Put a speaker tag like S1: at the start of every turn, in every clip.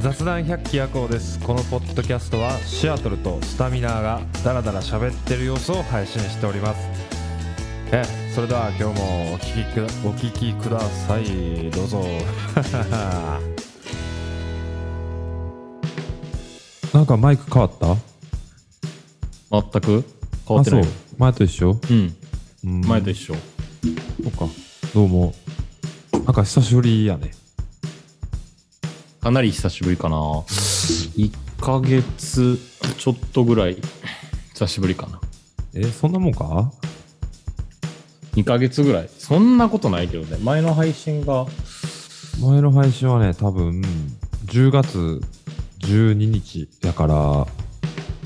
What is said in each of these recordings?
S1: 雑談百鬼夜行ですこのポッドキャストはシアトルとスタミナーがダラダラ喋ってる様子を配信しておりますえそれでは今日もお聞きくだお聞きくださいどうぞ なんかマイク変わった
S2: 全く変わってない
S1: あそう前と一緒、
S2: うん
S1: うん
S2: 前と一緒
S1: そっかどうもなんか久しぶりやね
S2: かなり久しぶりかな1ヶ月ちょっとぐらい久しぶりかな
S1: えそんなもんか
S2: 2ヶ月ぐらいそんなことないけどね前の配信が
S1: 前の配信はね多分10月12日やから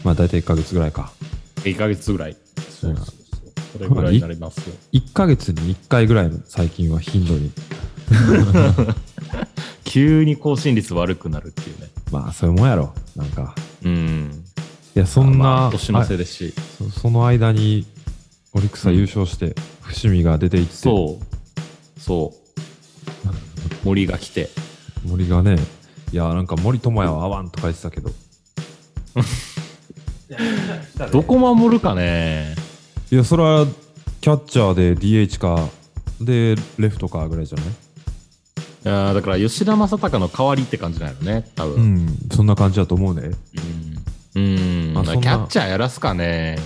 S1: まあ大体1ヶ月ぐらいか
S2: 1ヶ月ぐらいそうう
S1: な
S2: そうそうそれぐらいになりますよ
S1: 1ヶ月に1回ぐらいの最近は頻度に
S2: 急に更新率悪くなるっていうね
S1: まあそういうもんやろなんか
S2: うん
S1: いやそんな、
S2: まあ年のせい
S1: あ
S2: ですし
S1: そその間にオリックスは優勝して、伏見が出ていって
S2: そうそう森が来て
S1: 森がねいやなんか森友哉は合わんとか言ってたけど
S2: どこ守るかね
S1: いやそれはキャッチャーで DH かでレフトかぐらいじゃない
S2: いやーだから吉田正尚の代わりって感じなのね多分
S1: うんそんな感じだと思うね
S2: うん、うん
S1: あ
S2: まあ
S1: そんな
S2: キャッチャーやらすかね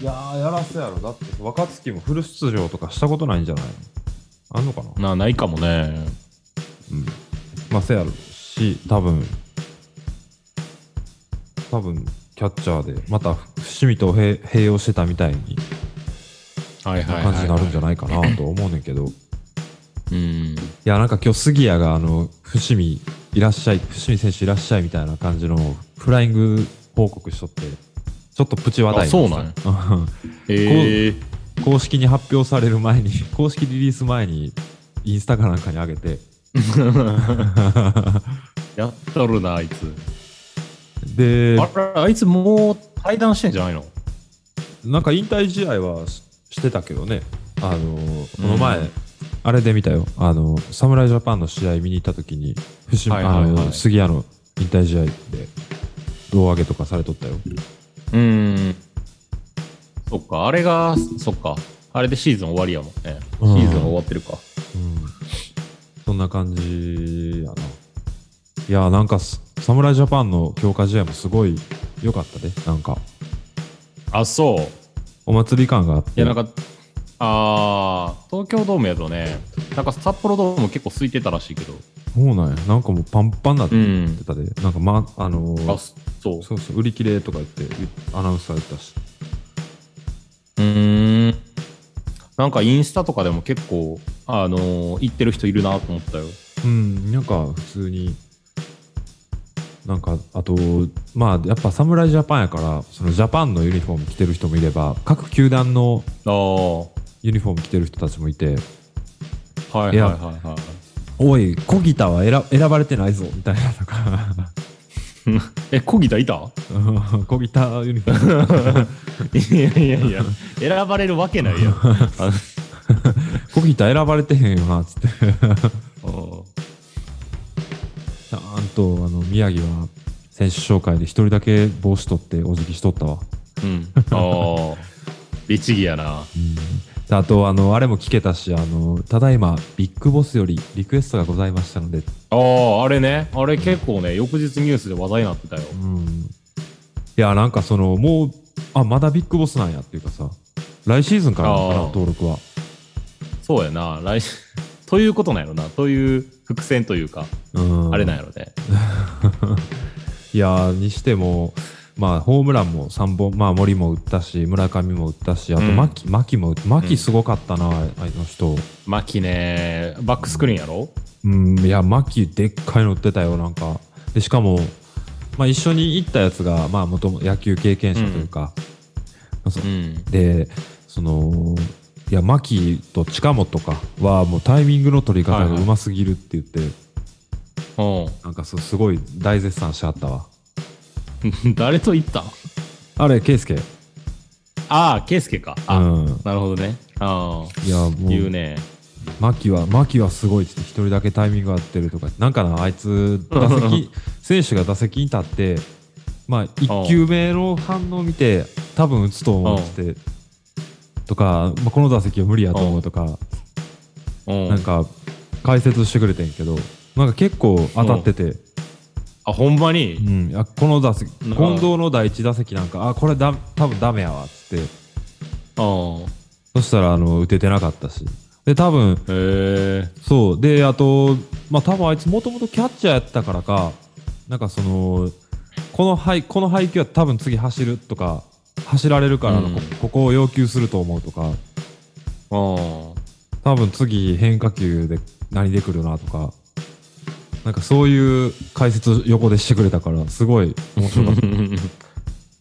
S1: いやー、やらせやろ。だって、若月もフル出場とかしたことないんじゃないのあんのかな
S2: なないかもね
S1: うん。まあ、せやろし、多分多分キャッチャーで、また伏見と併併用してたみたいに
S2: はいはいはい、
S1: 感じになるんじゃないかなと思うねんけど、い
S2: うん
S1: や、なんか今日杉谷が、あの、伏見いらっしゃい、伏見選手いらっしゃいみたいな感じのフライング報告しとって、ちょっとプチ話題に
S2: あ
S1: ってた うん
S2: えー、
S1: 公式に発表される前に 公式リリース前にインスタかなんかに上げて
S2: やっとるなあいつ
S1: で
S2: あらあいつもう退団してんじゃないの
S1: なんか引退試合はししてたけどねあのこの前、
S2: うん
S1: あれで見たよあの侍ジャパンの試合見に行った時に伏見
S2: はいはいはい
S1: あの杉谷の引退試合で胴上げとかされとったよ
S2: うんそっかあれがそっかあれでシーズン終わりやもんねシ
S1: うん
S2: ーズン終わってるか
S1: うんそんな感じやな。いや、なんかす、侍ジャパンの強化試合もすごい良かったで、なんか、
S2: あそう
S1: お祭り感があって。
S2: いやなんかあー東京ドームやとねなんか札幌ドーム結構空いてたらしいけど
S1: そうなんや。なんかもうパンパンになっ
S2: ん
S1: てたで、なんか、ま、あのー
S2: あそう
S1: そうそう、売り切れとか言って、言アナウンスされてたし。
S2: うーん。なんかインスタとかでも結構、あのー行ってる人いるなと思ったよ。
S1: うん、なんか、普通に、なんか、あと、まあ、やっぱ侍ジャパンやから、そのジャパンのユニフォーム着てる人もいれば、各球団の
S2: あ
S1: ユニフォーム着てる人たちもいて、
S2: あ、はいい
S1: や
S2: はいはいはい。
S1: おい、小ギタは選選ばれてないぞみたいなとか、
S2: え、小ギターいた
S1: うん 小ギタユニフォーム、
S2: いやいやいや、 選ばれるわけ ないやん。あ
S1: 小ギタ選ばれてへんよなっつって、
S2: の
S1: ちゃんとあの宮城は選手紹介で一人だけ帽子取ってお辞儀しとったわ。
S2: うん。ああ、律儀やな。
S1: うんであとあの、あれも聞けたしあの、ただいま、ビッグボスよりリクエストがございましたので、
S2: ああ、あれね、あれ結構ね、翌日ニュースで話題になってたよ。
S1: うん、いや、なんかその、もう、あまだビッグボスなんやっていうかさ、来シーズンからなのかな、
S2: あー
S1: 登録は。
S2: そうやな、来週。 ということなんやろな、という伏線というか、
S1: うん、
S2: あれなんやろね。
S1: いやーにしても、まあ、ホームランも3本、まあ、森も打ったし村上も打ったしあと
S2: うん
S1: 牧,、牧も打
S2: う
S1: 牧
S2: ん
S1: すごかったな、ああの人、
S2: 牧ね、バックスクリーンやろ
S1: うん、いや牧でっかいの打ってたよなんかでしかも、まあ、一緒に行ったやつが、まあ、元々野球経験者というか、まあそ
S2: うん。
S1: でそのいや牧と近本かはもうタイミングの取り方がうますぎるって言って、
S2: うん。
S1: なんかそうすごい大絶賛しちゃったわ
S2: 誰と行った
S1: あれ圭佑
S2: ああ、ケイスケか。あ、
S1: うん
S2: なるほどね。ああ、
S1: いやもう
S2: 言うね。
S1: マキはマキはすごいっつって一人だけタイミング合ってるとかなんかなあいつ打席選手が打席に立ってまあ1球目の反応を見て多分打つと思うっつってとか、まあ、この打席は無理やと思うとか
S2: うん
S1: なんか解説してくれてんけどなんか結構当たってて、
S2: あほんま
S1: う
S2: に
S1: ん、あこの打席
S2: うん
S1: 近藤の第1打席なんかあこれだ多分ダメやわっつって
S2: うんへ
S1: そしたらあの打ててなかったしで多分
S2: え
S1: そうであとまあ多分あいつもともとキャッチャーやったからかなんかそのこの配この配球は多分次走るとか走られるからこ,、
S2: うん
S1: ここを要求すると思うとか
S2: うん
S1: 多分次変化球で何で来るなとかなんかそういう解説を横でしてくれたからすごい面白かった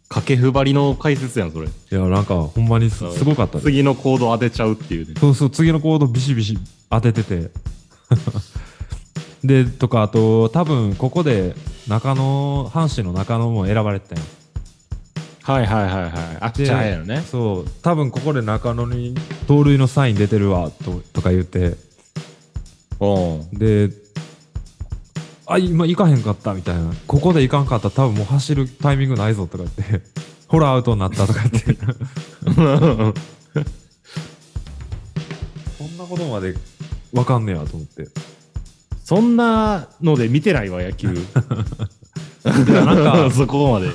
S2: 掛布張りの解説やんそれ
S1: いやなんかほんまにすすごかったです
S2: 次の行動当てちゃうっていうね
S1: そうそう次のコードビシビシ当ててて でとかあと多分ここで中野阪神の中野も選ばれてたんよ
S2: はいはいはいはいあっ
S1: で
S2: ちゃやろね
S1: そう多分ここで中野に盗塁のサイン出てるわととか言って
S2: うん
S1: であ今行かへんかったみたいなここで行かんかったら多分もう走るタイミングないぞとか言って ほらアウトになったとか言 ってこんなことまで分かんねえわと思って
S2: そんなので見てないわ野球
S1: なんか
S2: そこまで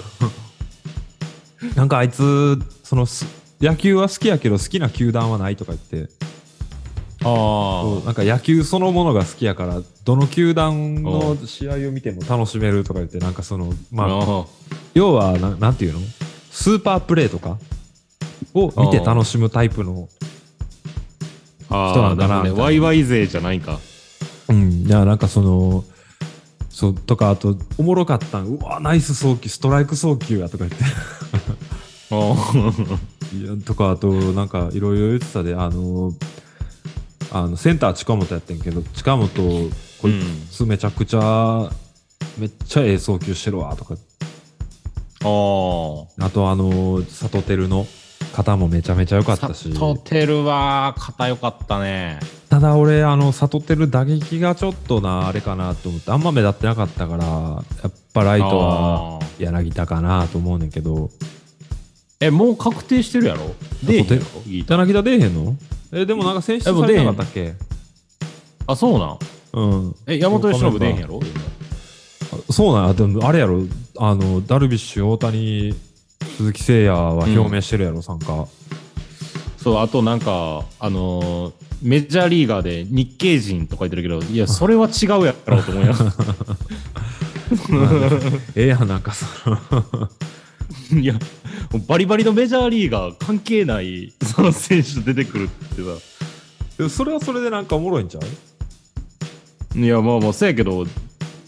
S1: なんかあいつそのす野球は好きやけど好きな球団はないとか言ってそう
S2: あ
S1: なんか野球そのものが好きやからどの球団の試合を見ても楽しめるとか言ってなんかそのまあ
S2: あ
S1: 要はななんていうのスーパープレーとかを見て楽しむタイプの
S2: あ
S1: 人なんだな
S2: るほどねワイワイ勢じゃないか
S1: うん、いやなんかそのそうとかあとおもろかったんうわナイス送球ストライク送球やとか言って
S2: あー
S1: いやとかあとなんかいろいろ言ってたであのあのセンター近本やってんけど近本こいつめちゃくちゃ、めっちゃええ送球してるわとか
S2: あー
S1: あとあの佐藤輝の肩もめちゃめちゃ良かったし
S2: 佐藤輝は肩良かったね
S1: ただ俺あの悟ってる打撃がちょっとなあれかなと思ってあんま目立ってなかったからやっぱライトは
S2: あー
S1: 柳田かなと思うねんけど
S2: えもう確定してるやろ
S1: 出えへんやろ
S2: ギター
S1: 柳田出えへんのえでもなんか選出
S2: えも
S1: さ
S2: う
S1: れて
S2: 出えへん
S1: なかったっけ
S2: あそうなん
S1: うん
S2: え山本由伸出えへんやろ
S1: あそうなんやでもあれやろあのダルビッシュ大谷鈴木誠也は表明してるやろ、参加
S2: そうあとなんかあのーメジャーリーガーで日系人とか言ってるけど いやそれは違うやろと思いながら
S1: ええやんなんかその
S2: いやもうバリバリのメジャーリーガー関係ないその選手出てくるってさ
S1: でも それはそれでなんかおもろいんちゃう
S2: いやまあまあせやけど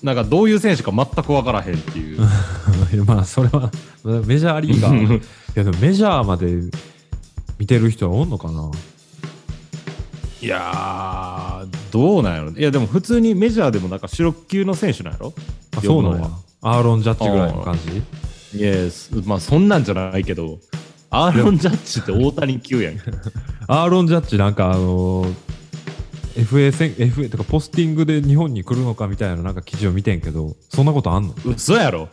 S2: なんかどういう選手か全く分からへんっていう
S1: いやまあそれはメジャーリーガ ーいやでもメジャーまで見てる人はおんのかない
S2: やーどうなんやろいやでも普通にメジャーでもなんか主力級の選手なんやろ
S1: あそうな
S2: 呼
S1: ん
S2: ぶ
S1: や
S2: のは
S1: アーロン・ジャッジぐらいの感じ
S2: いやすまあそんなんじゃないけどアーロン・ジャッジって大谷級やんけ
S1: アーロン・ジャッジなんかあのー FA 戦 FA とかポスティングで日本に来るのかみたいななんか記事を見てんけどそんなことあんの
S2: 嘘や ろ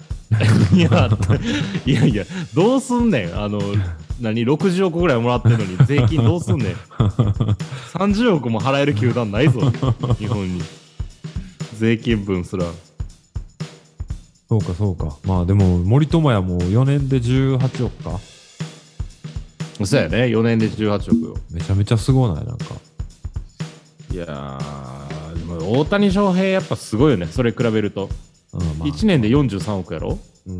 S2: いやいやいやどうすんねんあの何60億ぐらいもらってるのに税金どうすん ねん30億も払える球団ない ぞ日本に税金分すら
S1: そうかそうかまあでも森友哉も4年で18億か
S2: 嘘やね4年で18億よ
S1: めちゃめちゃすごないなんか
S2: いやーでも大谷翔平やっぱすごいよねそれ比べると、
S1: うんまあ
S2: 1年で43億や ろ
S1: うんい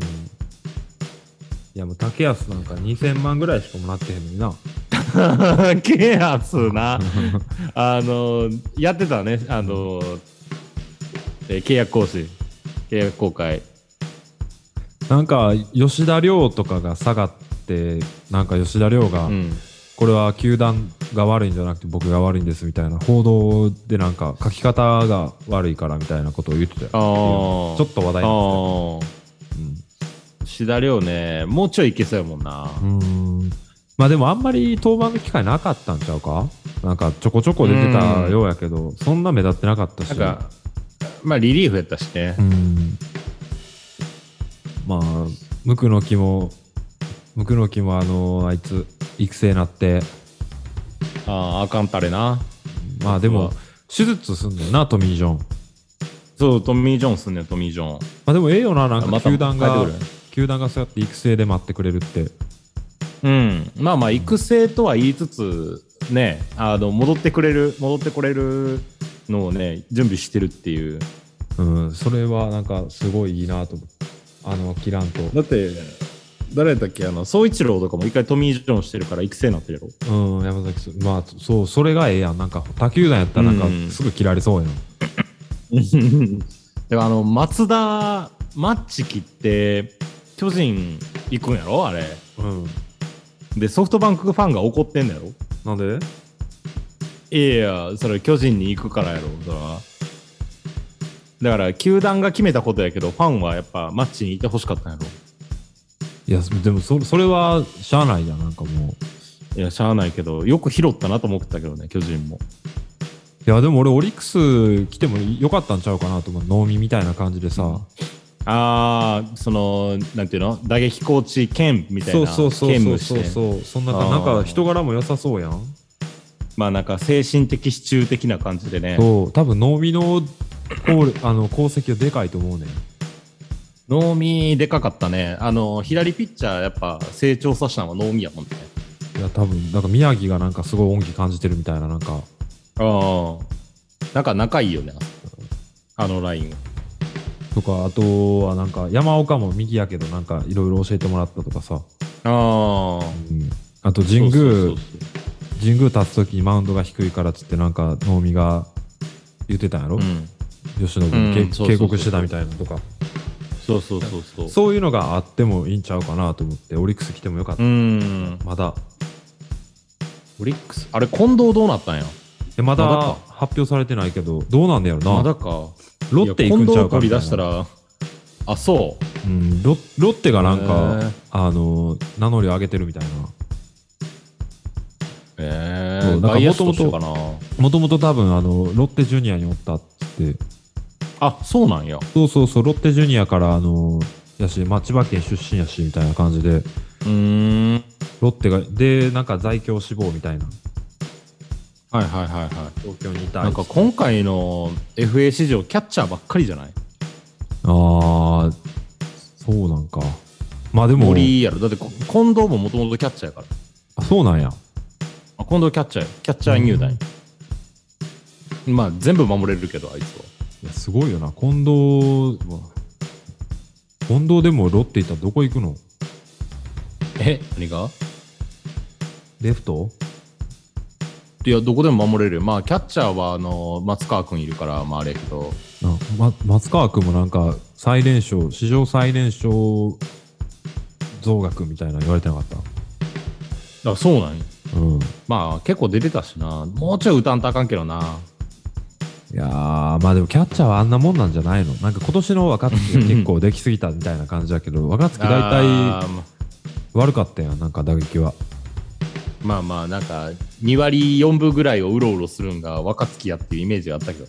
S1: やもう竹安なんか2000万ぐらいしかもらってへんのにな
S2: ケアスな あのやってたねあの、えー契約更新契約更改
S1: なんか吉田亮とかが下がってなんか吉田亮が、
S2: うん
S1: これは球団が悪いんじゃなくて僕が悪いんですみたいな報道でなんか書き方が悪いからみたいなことを言ってたよち
S2: あ
S1: ょ
S2: ー
S1: っと話題になっ
S2: あ
S1: てたよ
S2: あ志田亮ねもうちょいいけそうやもんな、
S1: うんうーんまあでもあんまり登板の機会なかったんちゃうかなんかちょこちょこ出てたようやけど、そんな目立ってなかったし
S2: なんか、まあリリーフやったしね
S1: う。んまあ無垢の木も無垢の木もあのあいつ育成なって
S2: ああ、あかんたれな。
S1: まあでも
S2: そ
S1: 手術すんだよなトミー・ジョンま
S2: そう、トミー・ジョンすんねんトミー・ジョン。
S1: あでもええよななん
S2: ま
S1: か
S2: た
S1: 球団
S2: 帰
S1: が
S2: ってくる
S1: 球団がそうやって育成で待ってくれるって
S2: うん、まあまあ育成とは言いつつねあの戻ってくれる戻ってこれるのをね準備してるっていう
S1: うんそれはなんかすごいいいなと思ってあのキランと
S2: だって誰だっけあの総一郎とかも一回トミー・ジョンしてるから育成になってるやろ
S1: うん山崎すまあそうそれがええやんなんか他球団やったらなんか
S2: うん
S1: すぐ切られそうやん、
S2: だからあの松田マッチ切って巨人行くんやろあれ
S1: うん、
S2: でソフトバンクファンが怒ってんだやろ
S1: なんで
S2: いやいやそれ巨人に行くからやろそれはだから球団が決めたことやけどファンはやっぱマッチにいてほしかったんやろ
S1: いやでもそそれはしゃあないじゃんなんかもう
S2: いや、しゃあないけど、よく拾ったなと思ってたけどね、巨人も。
S1: いやでも俺オリックス来てもよかったんちゃうかなと思う能見みたいな感じでさ、
S2: ああ、その、なんていうの打撃コーチ兼みたい
S1: そう
S2: な。
S1: そうそう
S2: 兼
S1: そう
S2: 務
S1: そ
S2: し
S1: う
S2: て
S1: そうそんな
S2: あー
S1: なんか人柄も良さそうやん、
S2: まあなんか精神的支柱的な感じでね。
S1: そう多分能見の功力あの功績はでかいと思うねん
S2: 能見でかかったね。あの、左ピッチャーやっぱ成長させたのは能見やもんね。
S1: いや多分なんか宮城がなんかすごい恩義感じてるみたいななんか
S2: ああ。なんか仲いいよね、あのラインは。
S1: とかあとはなんか山岡も右やけどなんかいろいろ教えてもらったとかさ、
S2: ああ。
S1: うんあと神宮
S2: そうそうそう
S1: 神宮立つ時にマウンドが低いからっつってなんか能見が言ってたんやろ、
S2: そう。うん。
S1: 吉野にけ
S2: うんそうそう
S1: 警
S2: そう
S1: 告してたみたいなとか
S2: そうそうそうそう。
S1: そういうのがあってもいいんちゃうかなと思って、オリックス来てもよかった。
S2: うん。
S1: まだ。
S2: オリックス。あれ、近藤どうなったんや
S1: えま
S2: まだ
S1: だ
S2: か
S1: 発表されてないけど、どうなんだやろな。
S2: まだか。
S1: ロッテ行くんちゃうか
S2: いや近藤取り
S1: みたいな
S2: 出したら、あ、そ
S1: う
S2: う。
S1: んロ。ロッテがなん
S2: へ
S1: か
S2: ー、
S1: あの、名乗り上げてるみたいな。
S2: え
S1: そうな
S2: ー、
S1: んか
S2: 外野手
S1: 元
S2: と
S1: 々
S2: してかな。
S1: もともと多分、あの、ロッテジュニアにおったっつって、
S2: あ、そうなんや。
S1: そうそうそう、ロッテジュニアから、あの、やし、まあ、千葉県出身やし、みたいな感じで、
S2: うーん。
S1: ロッテが、で、なんか在京志望みたいな。
S2: はいはいはいはい。
S1: 東京にいたい
S2: なんか今回の FA 市場、キャッチャーばっかりじゃない
S1: ああ、そうなんか。まあでも、
S2: 森やろ。だってこ近藤ももともとキャッチャーやから。
S1: あそうなんや。
S2: あ近藤キャッチャーやキャッチャー入団や。まあ全部守れるけど、あいつは。
S1: いやすごいよな近藤は近藤でもロッテ行ったらどこ行くの
S2: え何が
S1: レフト
S2: いや、どこでも守れるよ。まあキャッチャーはあの松川君いるから、まああれやけど。
S1: な、ま、松川君もなんか最年少史上最年少増額みたいなの言われてなかっ
S2: あ、そうなんや。
S1: たうんい
S2: まあ結構出てたしな。もうちょい歌んとあかんけどな。
S1: やーまあでもキャッチャーはあんなもんなんじゃないのなんか今年の若月が結構できすぎたみたいな感じだけど若月大
S2: あ
S1: 体
S2: ー
S1: 悪かったやんなんか打撃は
S2: まあまあなんか2割4分ぐらいをうろうろするんが若月やっていうイメージがあったけど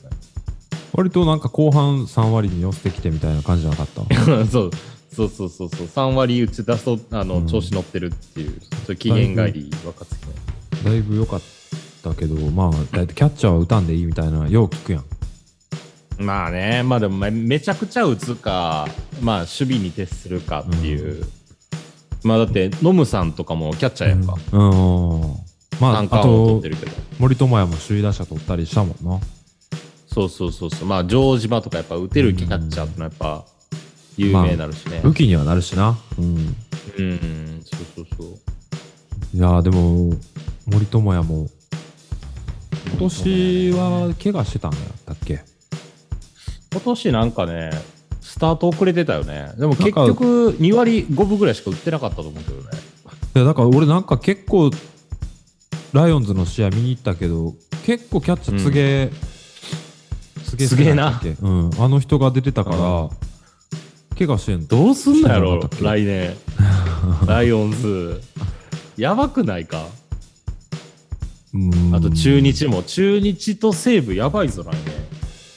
S1: 割となんか後半3割に寄せてきてみたいな感じじゃなかった
S2: ね そうそうそうそうそう3割打ち出すとあの、
S1: うん
S2: 調子乗ってるっていうちょっと機嫌がいい若月ね
S1: だいぶ良かったけど、まあ、だいたいキャッチャーは打たんでいいみたいな、よう聞くやん。
S2: まあねまあでもめめちゃくちゃ打つかまあ守備に徹するかっていう、まあだってノムさんとかもキャッチャーやんか、
S1: うん。まあ、
S2: 三
S1: あ
S2: 冠王取っ
S1: と
S2: て、るけど
S1: 森友哉も首位打者取ったりしたもんな。
S2: そうそうそうそうまあ城島とかやっぱ打てるキャッチャーってのはやっぱ有名になるしね、
S1: 武器にはなるしな。うん。い
S2: うんそうそうそう
S1: やー、でも、森友哉も、今年は怪我してたんやったっけ
S2: 今年なんかね、スタート遅れてたよね。でも結
S1: なんか
S2: 局、2割5分ぐらいしか売ってなかったと思うけどね。
S1: いや、だから俺なんか結構、ライオンズの試合見に行ったけど、結構キャッチャーすげえ、す
S2: すげえな
S1: すげえったっけうん。あの人が出てたから、
S2: う
S1: 怪我してんの
S2: どうすんのや
S1: 知
S2: ろ
S1: らなかったっ、け
S2: 来年。ライオンズ。やばくないかあと中日も中日と西武やばいぞ来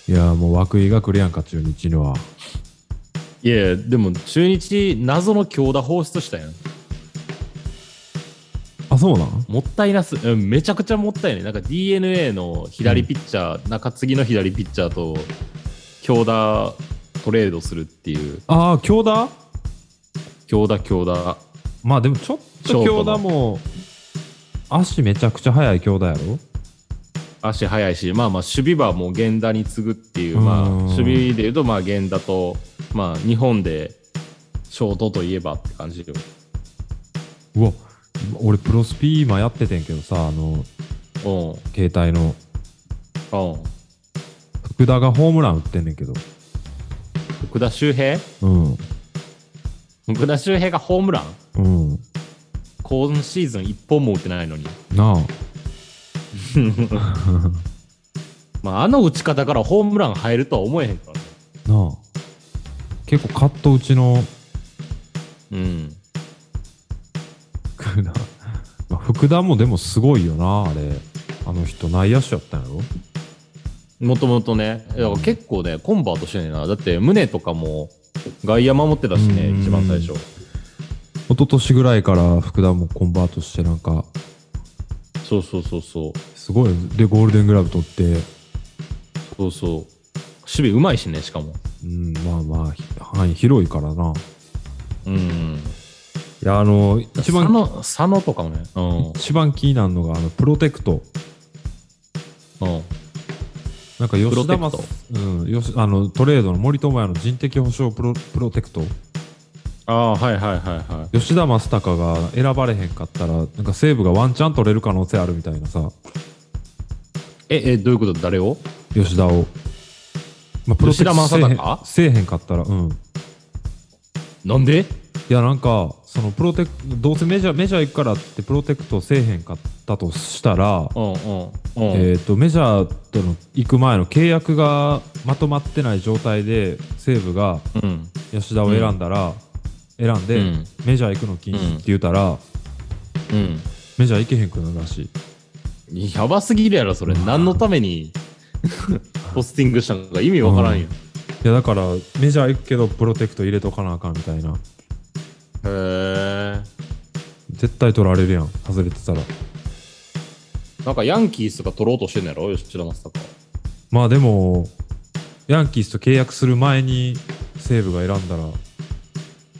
S2: 年
S1: いやもう涌井が来るやんか中日にはい
S2: やいやでも中日謎の強打放出したやん
S1: あそうなん
S2: もったいなす、うん、めちゃくちゃもったいない。なんか DNA の左ピッチャー、中継ぎの左ピッチャーと強打トレードするっていう、
S1: ああ強打
S2: 強打強打。
S1: まあでもちょっ
S2: シ
S1: と
S2: ョート
S1: 強
S2: の
S1: 打も足めちゃくちゃ速い強打やろ
S2: 足速いし、まあまあ守備はもう源田に次ぐっていう、
S1: うん
S2: まあ守備でいうとまあ源田と、まあ日本でショートといえばって感じよ。
S1: うわ俺プロスピ今やっててんけどさあの
S2: うん、
S1: 携帯の
S2: うん。
S1: 福田がホームラン打ってんねんけど
S2: 福田周平
S1: うん
S2: 福田周平がホームラン
S1: うん
S2: 今シーズン1本も打ってないのに。
S1: な
S2: まああの打ち方からホームラン入るとは思えへんからね。
S1: あなあ結構カット打ちの
S2: うん。
S1: 福田、まあ、福田もでもすごいよなあれあの人内野手やったんやろ
S2: もともとね、だから結構ね、コンバートしてんねんな。だって、胸とかも外野守ってたしね、
S1: うん
S2: 一番最初。
S1: 一昨年ぐらいから福田もコンバートしてなんか
S2: そうそうそうそう。
S1: すごいでゴールデングラブ取って
S2: そうそう。守備うまいしね、しかも。
S1: うんまあまあひ範囲広いからな
S2: うん。
S1: いやあの
S2: 一
S1: 一
S2: 番佐
S1: 番
S2: 野佐野とかもね。う
S1: 一番気になるのがあのプロテクト
S2: ん。うん。
S1: なんか吉田
S2: プロ
S1: 正
S2: テク
S1: うんよしあのトレードの森友哉の人的保障プロプロテクト
S2: ああ、はいはいはいは
S1: 吉田正尚が選ばれへんかったらなんか西武がワンチャン取れる可能性あるみたいなさ
S2: い。え、え、どういうこと誰を
S1: 吉田を、まあ、
S2: 吉田正尚
S1: せえへんせえへんかったらうん
S2: なんで
S1: いやなんかそのプロテクどうせメジャーメジャー行くからってプロテクトせえへんかったとしたら、
S2: うんうん。うん。
S1: えー、とメジャーとの行く前の契約がまとまってない状態で西武が
S2: うん。
S1: 吉田を選んだら、選んで、
S2: うん
S1: メジャー行くの禁止って言うたら、
S2: うん。
S1: メジャー行けへんくなるらしい
S2: やばすぎるやろ、それ。何のため にポスティングしたのか意味わからんよ。
S1: いやだからメジャー行くけどプロテクト入れとかなあかんみたいな
S2: へえ。
S1: 絶対取られるやん外れてたら
S2: なんかヤンキースとか取ろうとしてんのやろ吉田正尚。
S1: まあでもヤンキースと契約する前に西武が選んだら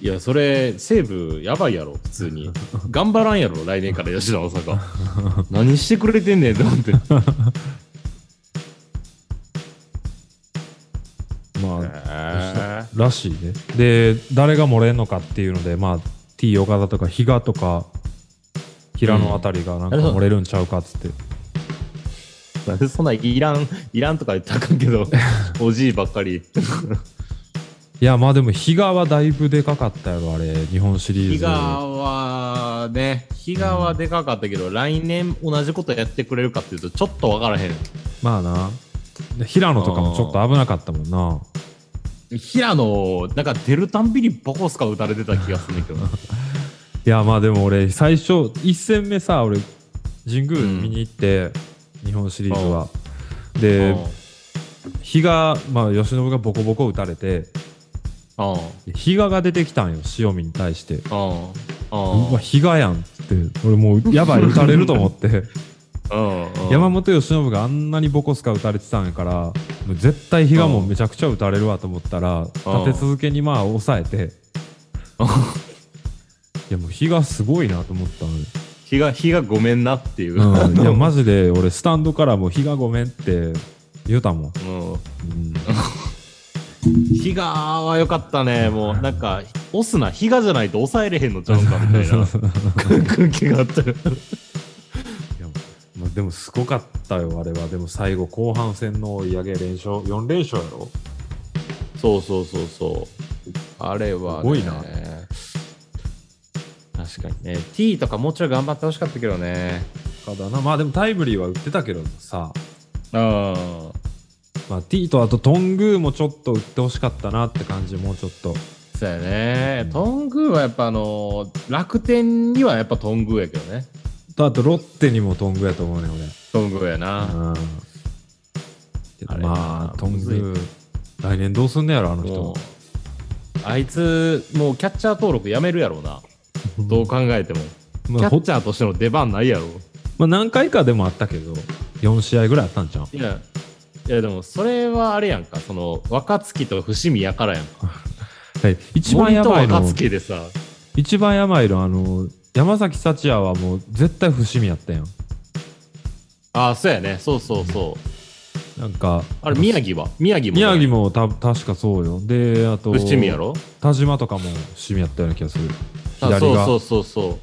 S2: いや、それ、西武やばいやろ、普通に。頑張らんやろ、来年から吉田正尚。 何してくれてんねんと思って。
S1: まあらしいねで誰が漏れんのかっていうのでまあ T 岡田とか比嘉とか平野あたりがなんか
S2: うん
S1: 漏れるんちゃうかっつって、
S2: なんでそんないらん、いらんとか言ったらあかん けど、おじいばっかり。
S1: いやまあでも比嘉はだいぶでかかったやろあれ日本シリーズ
S2: 比嘉はね、比嘉はでかかったけど、来年同じことやってくれるかっていうと、ちょっとわからへん。
S1: まあなで平野とかもちょっと危なかったもんな
S2: 平野、なんか出るたんびにボコスカ打たれてた気がするんだけ ど。
S1: いやまあでも俺最初1戦目さ俺神宮見に行って、日本シリーズは、で比嘉、まあ、由伸がボコボコ打たれて
S2: うん。うん。
S1: 比嘉が出てきたんよ塩見に対して
S2: うん。うん
S1: うわ比嘉やんっつって俺もうやばい 打たれると思って
S2: うん。
S1: 山本由伸があんなにボコスカ打たれてたんやからもう絶対比嘉もめちゃくちゃ打たれるわと思ったら立て続けにまあ抑えて
S2: うん
S1: いやもう比嘉すごいなと思ったのよ
S2: 日が、日がごめんなっていう。
S1: うん、いやマジで俺スタンドからもう「日がごめん」って言うたもん、
S2: うん
S1: うん、
S2: 日がは良かったね。もうなんか、押すな、日がじゃないと抑えれへんのちゃうんかみたいな空気があったよ。
S1: まあでもすごかったよあれはでも最後後半戦の追い上げ連勝4連勝やろ
S2: そうそうそうそう。あれは、
S1: す
S2: ね、
S1: ごいな。
S2: 確かにね。T とかもうちょい頑張ってほしかったけどね。
S1: かだなまあでもタイムリーは打ってたけどさ、
S2: ああ。
S1: まあ、T とあと頓宮もちょっと打ってほしかったなって感じもうちょっと
S2: そうやね。トングーはやっぱあの、楽天にはやっぱトングーやけどね。
S1: とあとロッテにもトングやと思うね俺
S2: トングや
S1: う
S2: な。
S1: んけ
S2: あ
S1: ど
S2: れ
S1: まあトン
S2: むずい
S1: グ来年どうすんねやろあの
S2: も
S1: 人
S2: う、あいつ、もうキャッチャー登録やめるやろうな。どう考えても。キ
S1: ま
S2: ャ
S1: あ
S2: ッ
S1: ほ
S2: チャーとしての出番ないやろ。
S1: まあ何回かでもあったけど4試合ぐらいあったんじゃん
S2: いや、いやでもそれはあれやんか、その、若月と伏見やからやんか。
S1: はい一番やばい
S2: 森
S1: の
S2: と若月でさ、
S1: 一番やばいのあの山崎幸也はもう絶対伏見やったやん
S2: ああ、そうやね、そうそうそう。
S1: なんか
S2: あれ、宮城は宮城も。
S1: 宮城もた確かそうよであと
S2: 伏見やろ
S1: 田島とかも伏見やったような気がする
S2: あ
S1: 左が
S2: そうそうそうそう。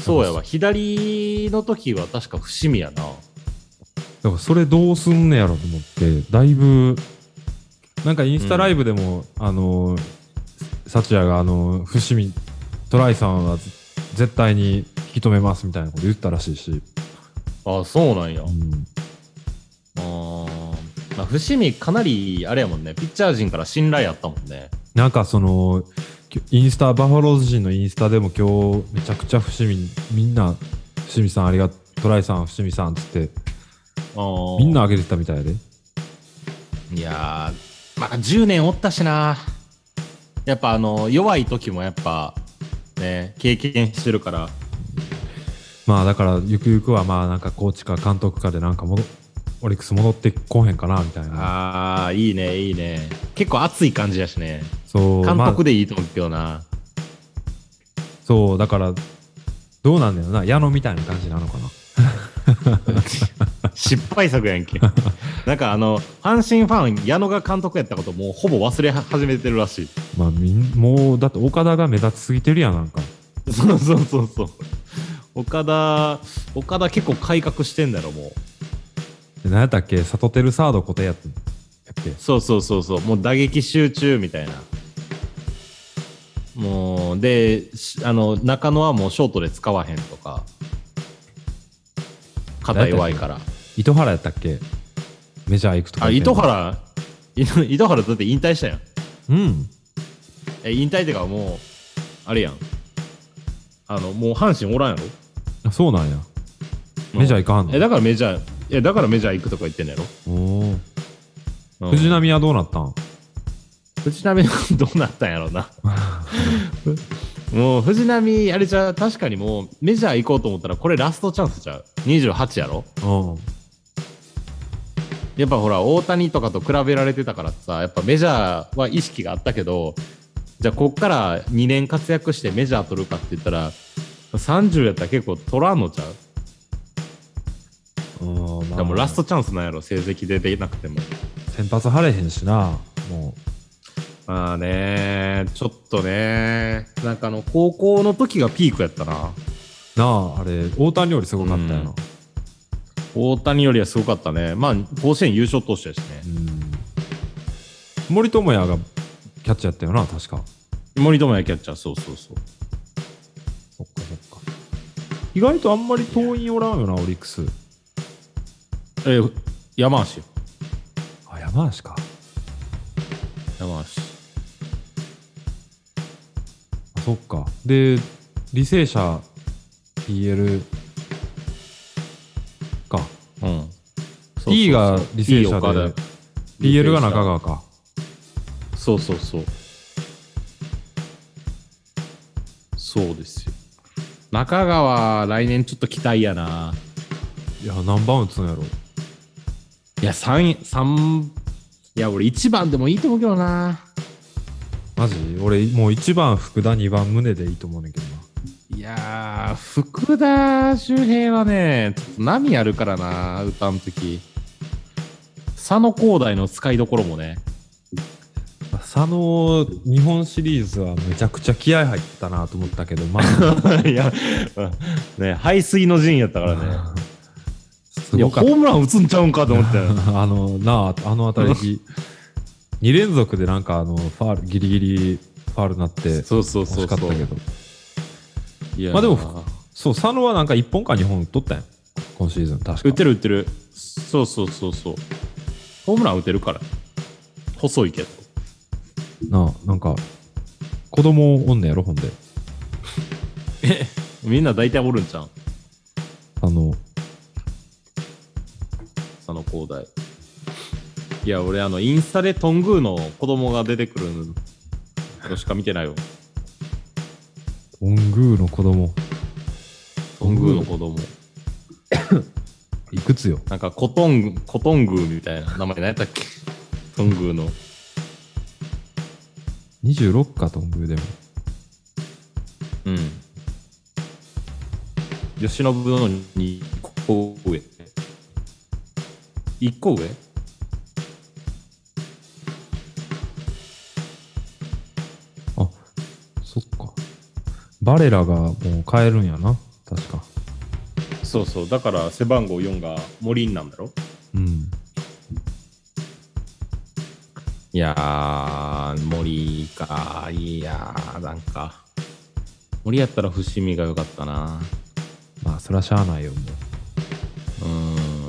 S2: そうやわ、左の時は確か伏見やな。
S1: だからそれどうすんねやろと思ってだいぶなんかインスタライブでも、あの幸也があの伏見トライさんは絶絶対に引き止めますみたいなこと言ったらしいし、
S2: ああ、そうなんや。
S1: うん
S2: あーまあ、伏見かなりあれやもんね、ピッチャー陣から信頼やったもんね。
S1: なんかそのきょインスタバファローズ人のインスタでも今日めちゃくちゃ伏見みんな伏見さんありがとうトライさん伏見さんっつってみんな上げてたみたいで
S2: いやー、まあ、10年おったしな。やっぱあの、弱い時もやっぱ、ね、経験してるから、
S1: まあだからゆくゆくはまあなんかコーチか監督かでなんか戻オリックス戻ってこへんかなみたいな
S2: ああ、いいね、いいね。結構熱い感じやしね。
S1: そう
S2: 監
S1: まあ
S2: 督でいいと思うけどな。
S1: そうだからどうなんだよな矢野みたいな感じなのかな
S2: 失敗作やんけ。なんかあの、阪神ファン、矢野が監督やったこともうほぼ忘れ始めてるらしい。
S1: まあみんもうだって岡田が目立ちすぎてるやんなんか
S2: そうそうそうそう。岡田、岡田結構改革してんだろ、もう。
S1: で何やったっけサトテルサード固定やったやっけ
S2: そうそうそうそうもう打撃集中みたいなもうでしあの中野はもうショートで使わへんとか肩弱いから
S1: 糸原やったっけメジャー行くとか
S2: あ
S1: 言って
S2: 糸原い糸原だって引退したやん
S1: うん
S2: え引退ってかもうあれやんあのもう阪神おらんやろ
S1: あそうなんやメジャー行かん
S2: え
S1: の
S2: だからメジャーえだからメジャー行くとか言ってんのや
S1: おー
S2: ろ、
S1: 藤浪はどうなったん
S2: 藤浪のどうなったんやろう なもう藤浪あれじゃう確かにもうメジャー行こうと思ったらこれラストチャンスちゃう28やろ
S1: うん
S2: やっぱほら大谷とかと比べられてたからさやっぱメジャーは意識があったけどじゃあこっから2年活躍してメジャー取るかって言ったら30やったら結構取らんのちゃう
S1: うんま
S2: でもラストチャンスなんやろ成績出てなくても
S1: 先発張れへんしなも
S2: まあねちょっとねなんかあの高校の時がピークやったな
S1: うなああれ大谷よりすごかったよな
S2: 大谷よりはすごかったね。まあ、甲子園優勝投手やしね。
S1: うん森友哉がキャッチャーやったよな確か
S2: 森友哉キャッチャー、そうそう
S1: そ
S2: そう。
S1: っかそっか意外とあんまり党員おらんよなオリックス
S2: えー、山足よ。
S1: あ山梨か
S2: 山足。
S1: あそっかで履正社 PL か
S2: うん。
S1: E が履正社で PL が中
S2: 川。
S1: 川か
S2: そうそうそう。そうですよ。中川、来年ちょっと期待やな。
S1: いや何番打つんやろ
S2: いや、3、三いや、俺1番でもいいと思うけどな。
S1: マジ俺もう1番福田2番宗でいいと思うねんだけどない
S2: やー、福田周平はね、ちょっと波あるからな、歌の時。佐野広大の使いどころもね。
S1: まあ佐野日本シリーズはめちゃくちゃ気合入ってたなと思ったけどまあ
S2: いや、ね、排水の陣やったから ね。
S1: す
S2: いや、
S1: ご
S2: ホ
S1: かった
S2: ームラン打つんちゃうんかと思ったよ。
S1: あのなああの当たり2連続でなんかあのファールギリギリファールになって
S2: そうそう
S1: 惜
S2: そ
S1: し
S2: う
S1: かっ
S2: そ
S1: た
S2: う
S1: け。ど
S2: いやー
S1: まあでもそう佐野はなんか1本か2本取ったんや今シーズン確か
S2: 打ってる打ってる。そうそうそうそう。ホームラン打てるから。細いけど。
S1: なあなんか子供おんねやろほんで
S2: みんな大体おるんちゃうん兄弟。いや、俺、あの、インスタでトングーの子供が出てくるのしか見てないよ。
S1: オングーの子供
S2: トングーの子供。
S1: いくつよ
S2: なんか、コトング、コトングーみたいな名前何やったっけトングーの。
S1: 26かトングーでも
S2: うん。吉信の2個上。1個上
S1: そっかバレラがもう変えるんやな確か
S2: そうそう。だから、背番号4が森ンなんだろ
S1: うん
S2: いやー、森か。いやー、なんか。森やったら伏見が良かったな。
S1: まあそりゃしゃあないよも
S2: う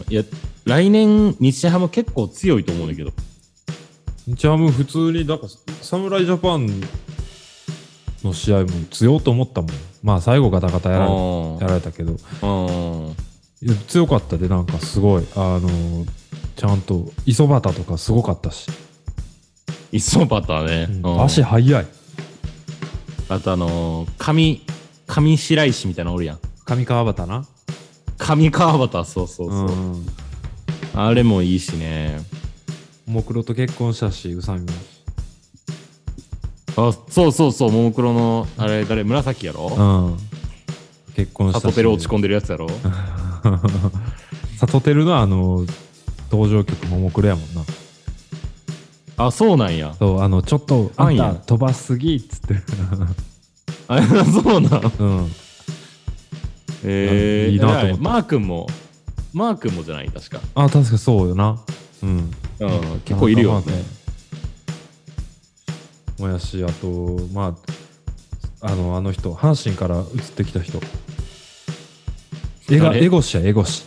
S2: ーん。いや、来年、日ハム結構強いと思うんだけど。
S1: う日ハム普通にだから侍ジャパンの試合も強いと思ったもんまあ最後ガタガタやられ
S2: うん
S1: やられたけど
S2: うん。
S1: いや強かったでなんかすごいあのちゃんと磯端とかすごかったし、
S2: いっそバターね。うん
S1: 足速い
S2: あとあのー、上、上白石みたいなのおるやん。
S1: 上川端な
S2: 上川端、そうそうそう。
S1: ん
S2: あれもいいしね。
S1: もクロと結婚したし宇佐美も
S2: あ、そうそうそう、ももクロの、あれ、誰、紫やろ
S1: うん。結婚した
S2: サ
S1: し。
S2: トテル落ち込んでるやつやろ
S1: サトテルのあの、登場曲、ももクロやもんな。
S2: あ、そうなんや。
S1: そう、あの、ちょっと、
S2: あ
S1: あ
S2: ん
S1: ん
S2: や
S1: た飛ばしすぎっつって。
S2: あ、そうなん。
S1: うん。
S2: えー、
S1: いいなと思った
S2: マー君も、マー君もじゃない、確か。
S1: あ、確かそうよな。うん。
S2: うん、結構いるよ
S1: 田中
S2: ね
S1: マー。君。もやし、あと、まあ、あの、あの人、阪神から移ってきた人。エガ
S2: 誰
S1: エゴシや、エゴシ。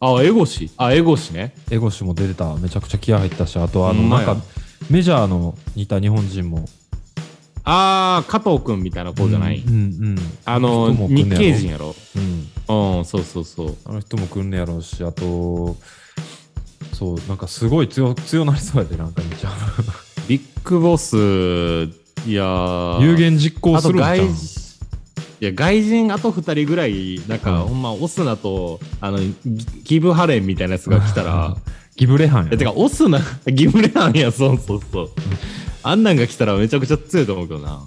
S2: あ、エゴシ。あ、エゴシね。
S1: エゴシも出てた、めちゃくちゃ気合入ったし、あと、あの、
S2: ほんま
S1: なん
S2: や
S1: か、メジャーの似た日本人も
S2: あー、加藤君みたいな子じゃない。
S1: うんうん
S2: あの、
S1: 人も来んね
S2: 日
S1: やろ
S2: 系人やろ。
S1: うん、うん
S2: うん、そうそうそう。
S1: あの人も来んねやろうしあとそうなんかすごい強強なりそうやでなんかみちゃん
S2: ビッグボス、いやー。
S1: 有言実行
S2: あ
S1: す
S2: と
S1: るんじゃん
S2: 外人いや外人あと2人ぐらいなんか、
S1: うん
S2: ほんまオスナとあのギギブハレンみたいなやつが来た ら
S1: ギブレハン
S2: え
S1: や
S2: て
S1: ろ
S2: かオスナ ギブレハンやそうそうそうあんなんが来たらめちゃくちゃ強いと思うけどな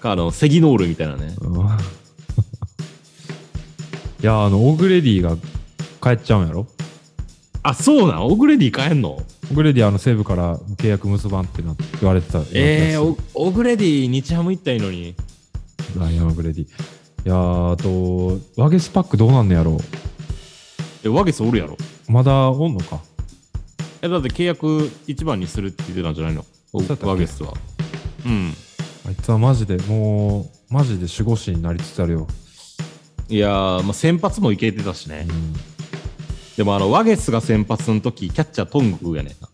S2: かあのセギノールみたいなね
S1: うん いやあのオグレディが帰っちゃうんやろ
S2: あそうなんオグレディ買えんの
S1: オグレディあの西武から契約結ばんってな言われてた
S2: えー、
S1: ー、
S2: オオグレディ日ハム行ったらいいのに
S1: ライアン・オグレディいやーあとワゲスパックどうなんのやろ
S2: えワゲスおるやろ
S1: まだおんのか
S2: えだって契約一番にするって言ってたんじゃないのお
S1: そうだったっけ
S2: ワゲスはうん
S1: あいつはマジでもうマジで守護神になりつつあるよ、
S2: いやー、まあ、先発もいけてたしね、
S1: うん
S2: でもあのワゲスが先発の時キャッチャートングやねんな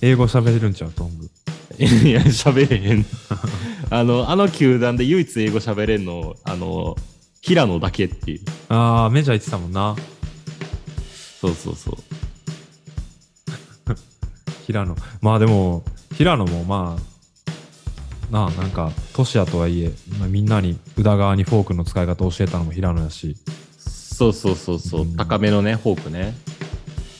S1: 英語喋れるんちゃうトング
S2: いや喋れへんあのあの球団で唯一英語喋れんのあの平野だけっていう
S1: ああメジャー行ってたもんな
S2: そうそうそう
S1: 平野まあでも平野もまあなあなんか年やとはいえ、まあ、みんなに宇田川にフォークの使い方教えたのも平野やし
S2: そうそうそうそう、
S1: うん
S2: 高めのねフォークね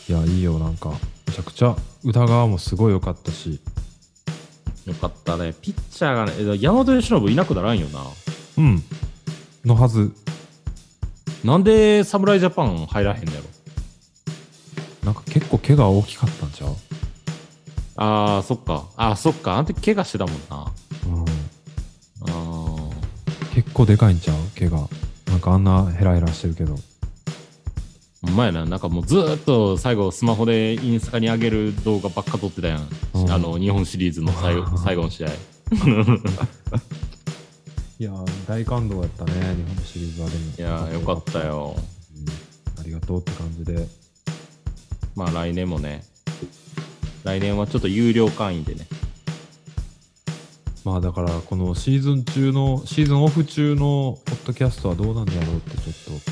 S1: いやいいよなんかめちゃくちゃ宇田川もすごい良かったし
S2: よかったねピッチャーがねえだ山本由伸いなくならんよな
S1: うんのはず
S2: なんで侍ジャパン入らへんのやろ
S1: なんか結構怪我大きかったんちゃう、
S2: あーそっかあーそっかあの時怪我してたもんな
S1: うん、
S2: あー
S1: 結構でかいんちゃう怪我なんかあんなヘラヘラしてるけど
S2: ほんまやな、なんかもうずーっと最後スマホでインスタに上げる動画ばっか撮ってたやん。
S1: うん
S2: あの、日本シリーズの最後最後の試合。
S1: いやー大感動やったね日本のシリーズはでも
S2: いやー、よかったよ。
S1: ありがとうって感じで。
S2: まあ来年もね、来年はちょっと有料会員でね。
S1: まあだから、このシーズン中の、シーズンオフ中のポッドキャストはどうなんだろうってちょっと思っ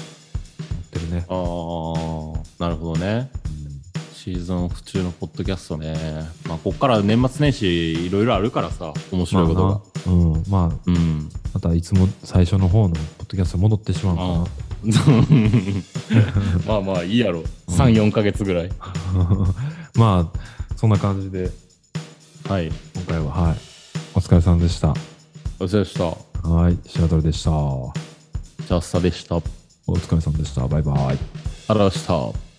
S1: てるね。
S2: あーなるほどね。シーズンオフ中のポッドキャストね。まあ、こっから年末年始いろいろあるからさ、面白いことが。
S1: まあなうん、まあ、
S2: うん。
S1: またいつも最初の方のポッドキャストに戻ってしまうのか
S2: まあまあいいやろ。3、4ヶ月ぐらい。
S1: な。 まあ、そんな感じで、
S2: はい。
S1: 今回は、はい。お疲れさんでした。
S2: お疲れ様でした。
S1: はい。シアトルでした。お
S2: ジャッサでした。あり
S1: 疲れさんでした。バイバイ。
S2: がとうございました。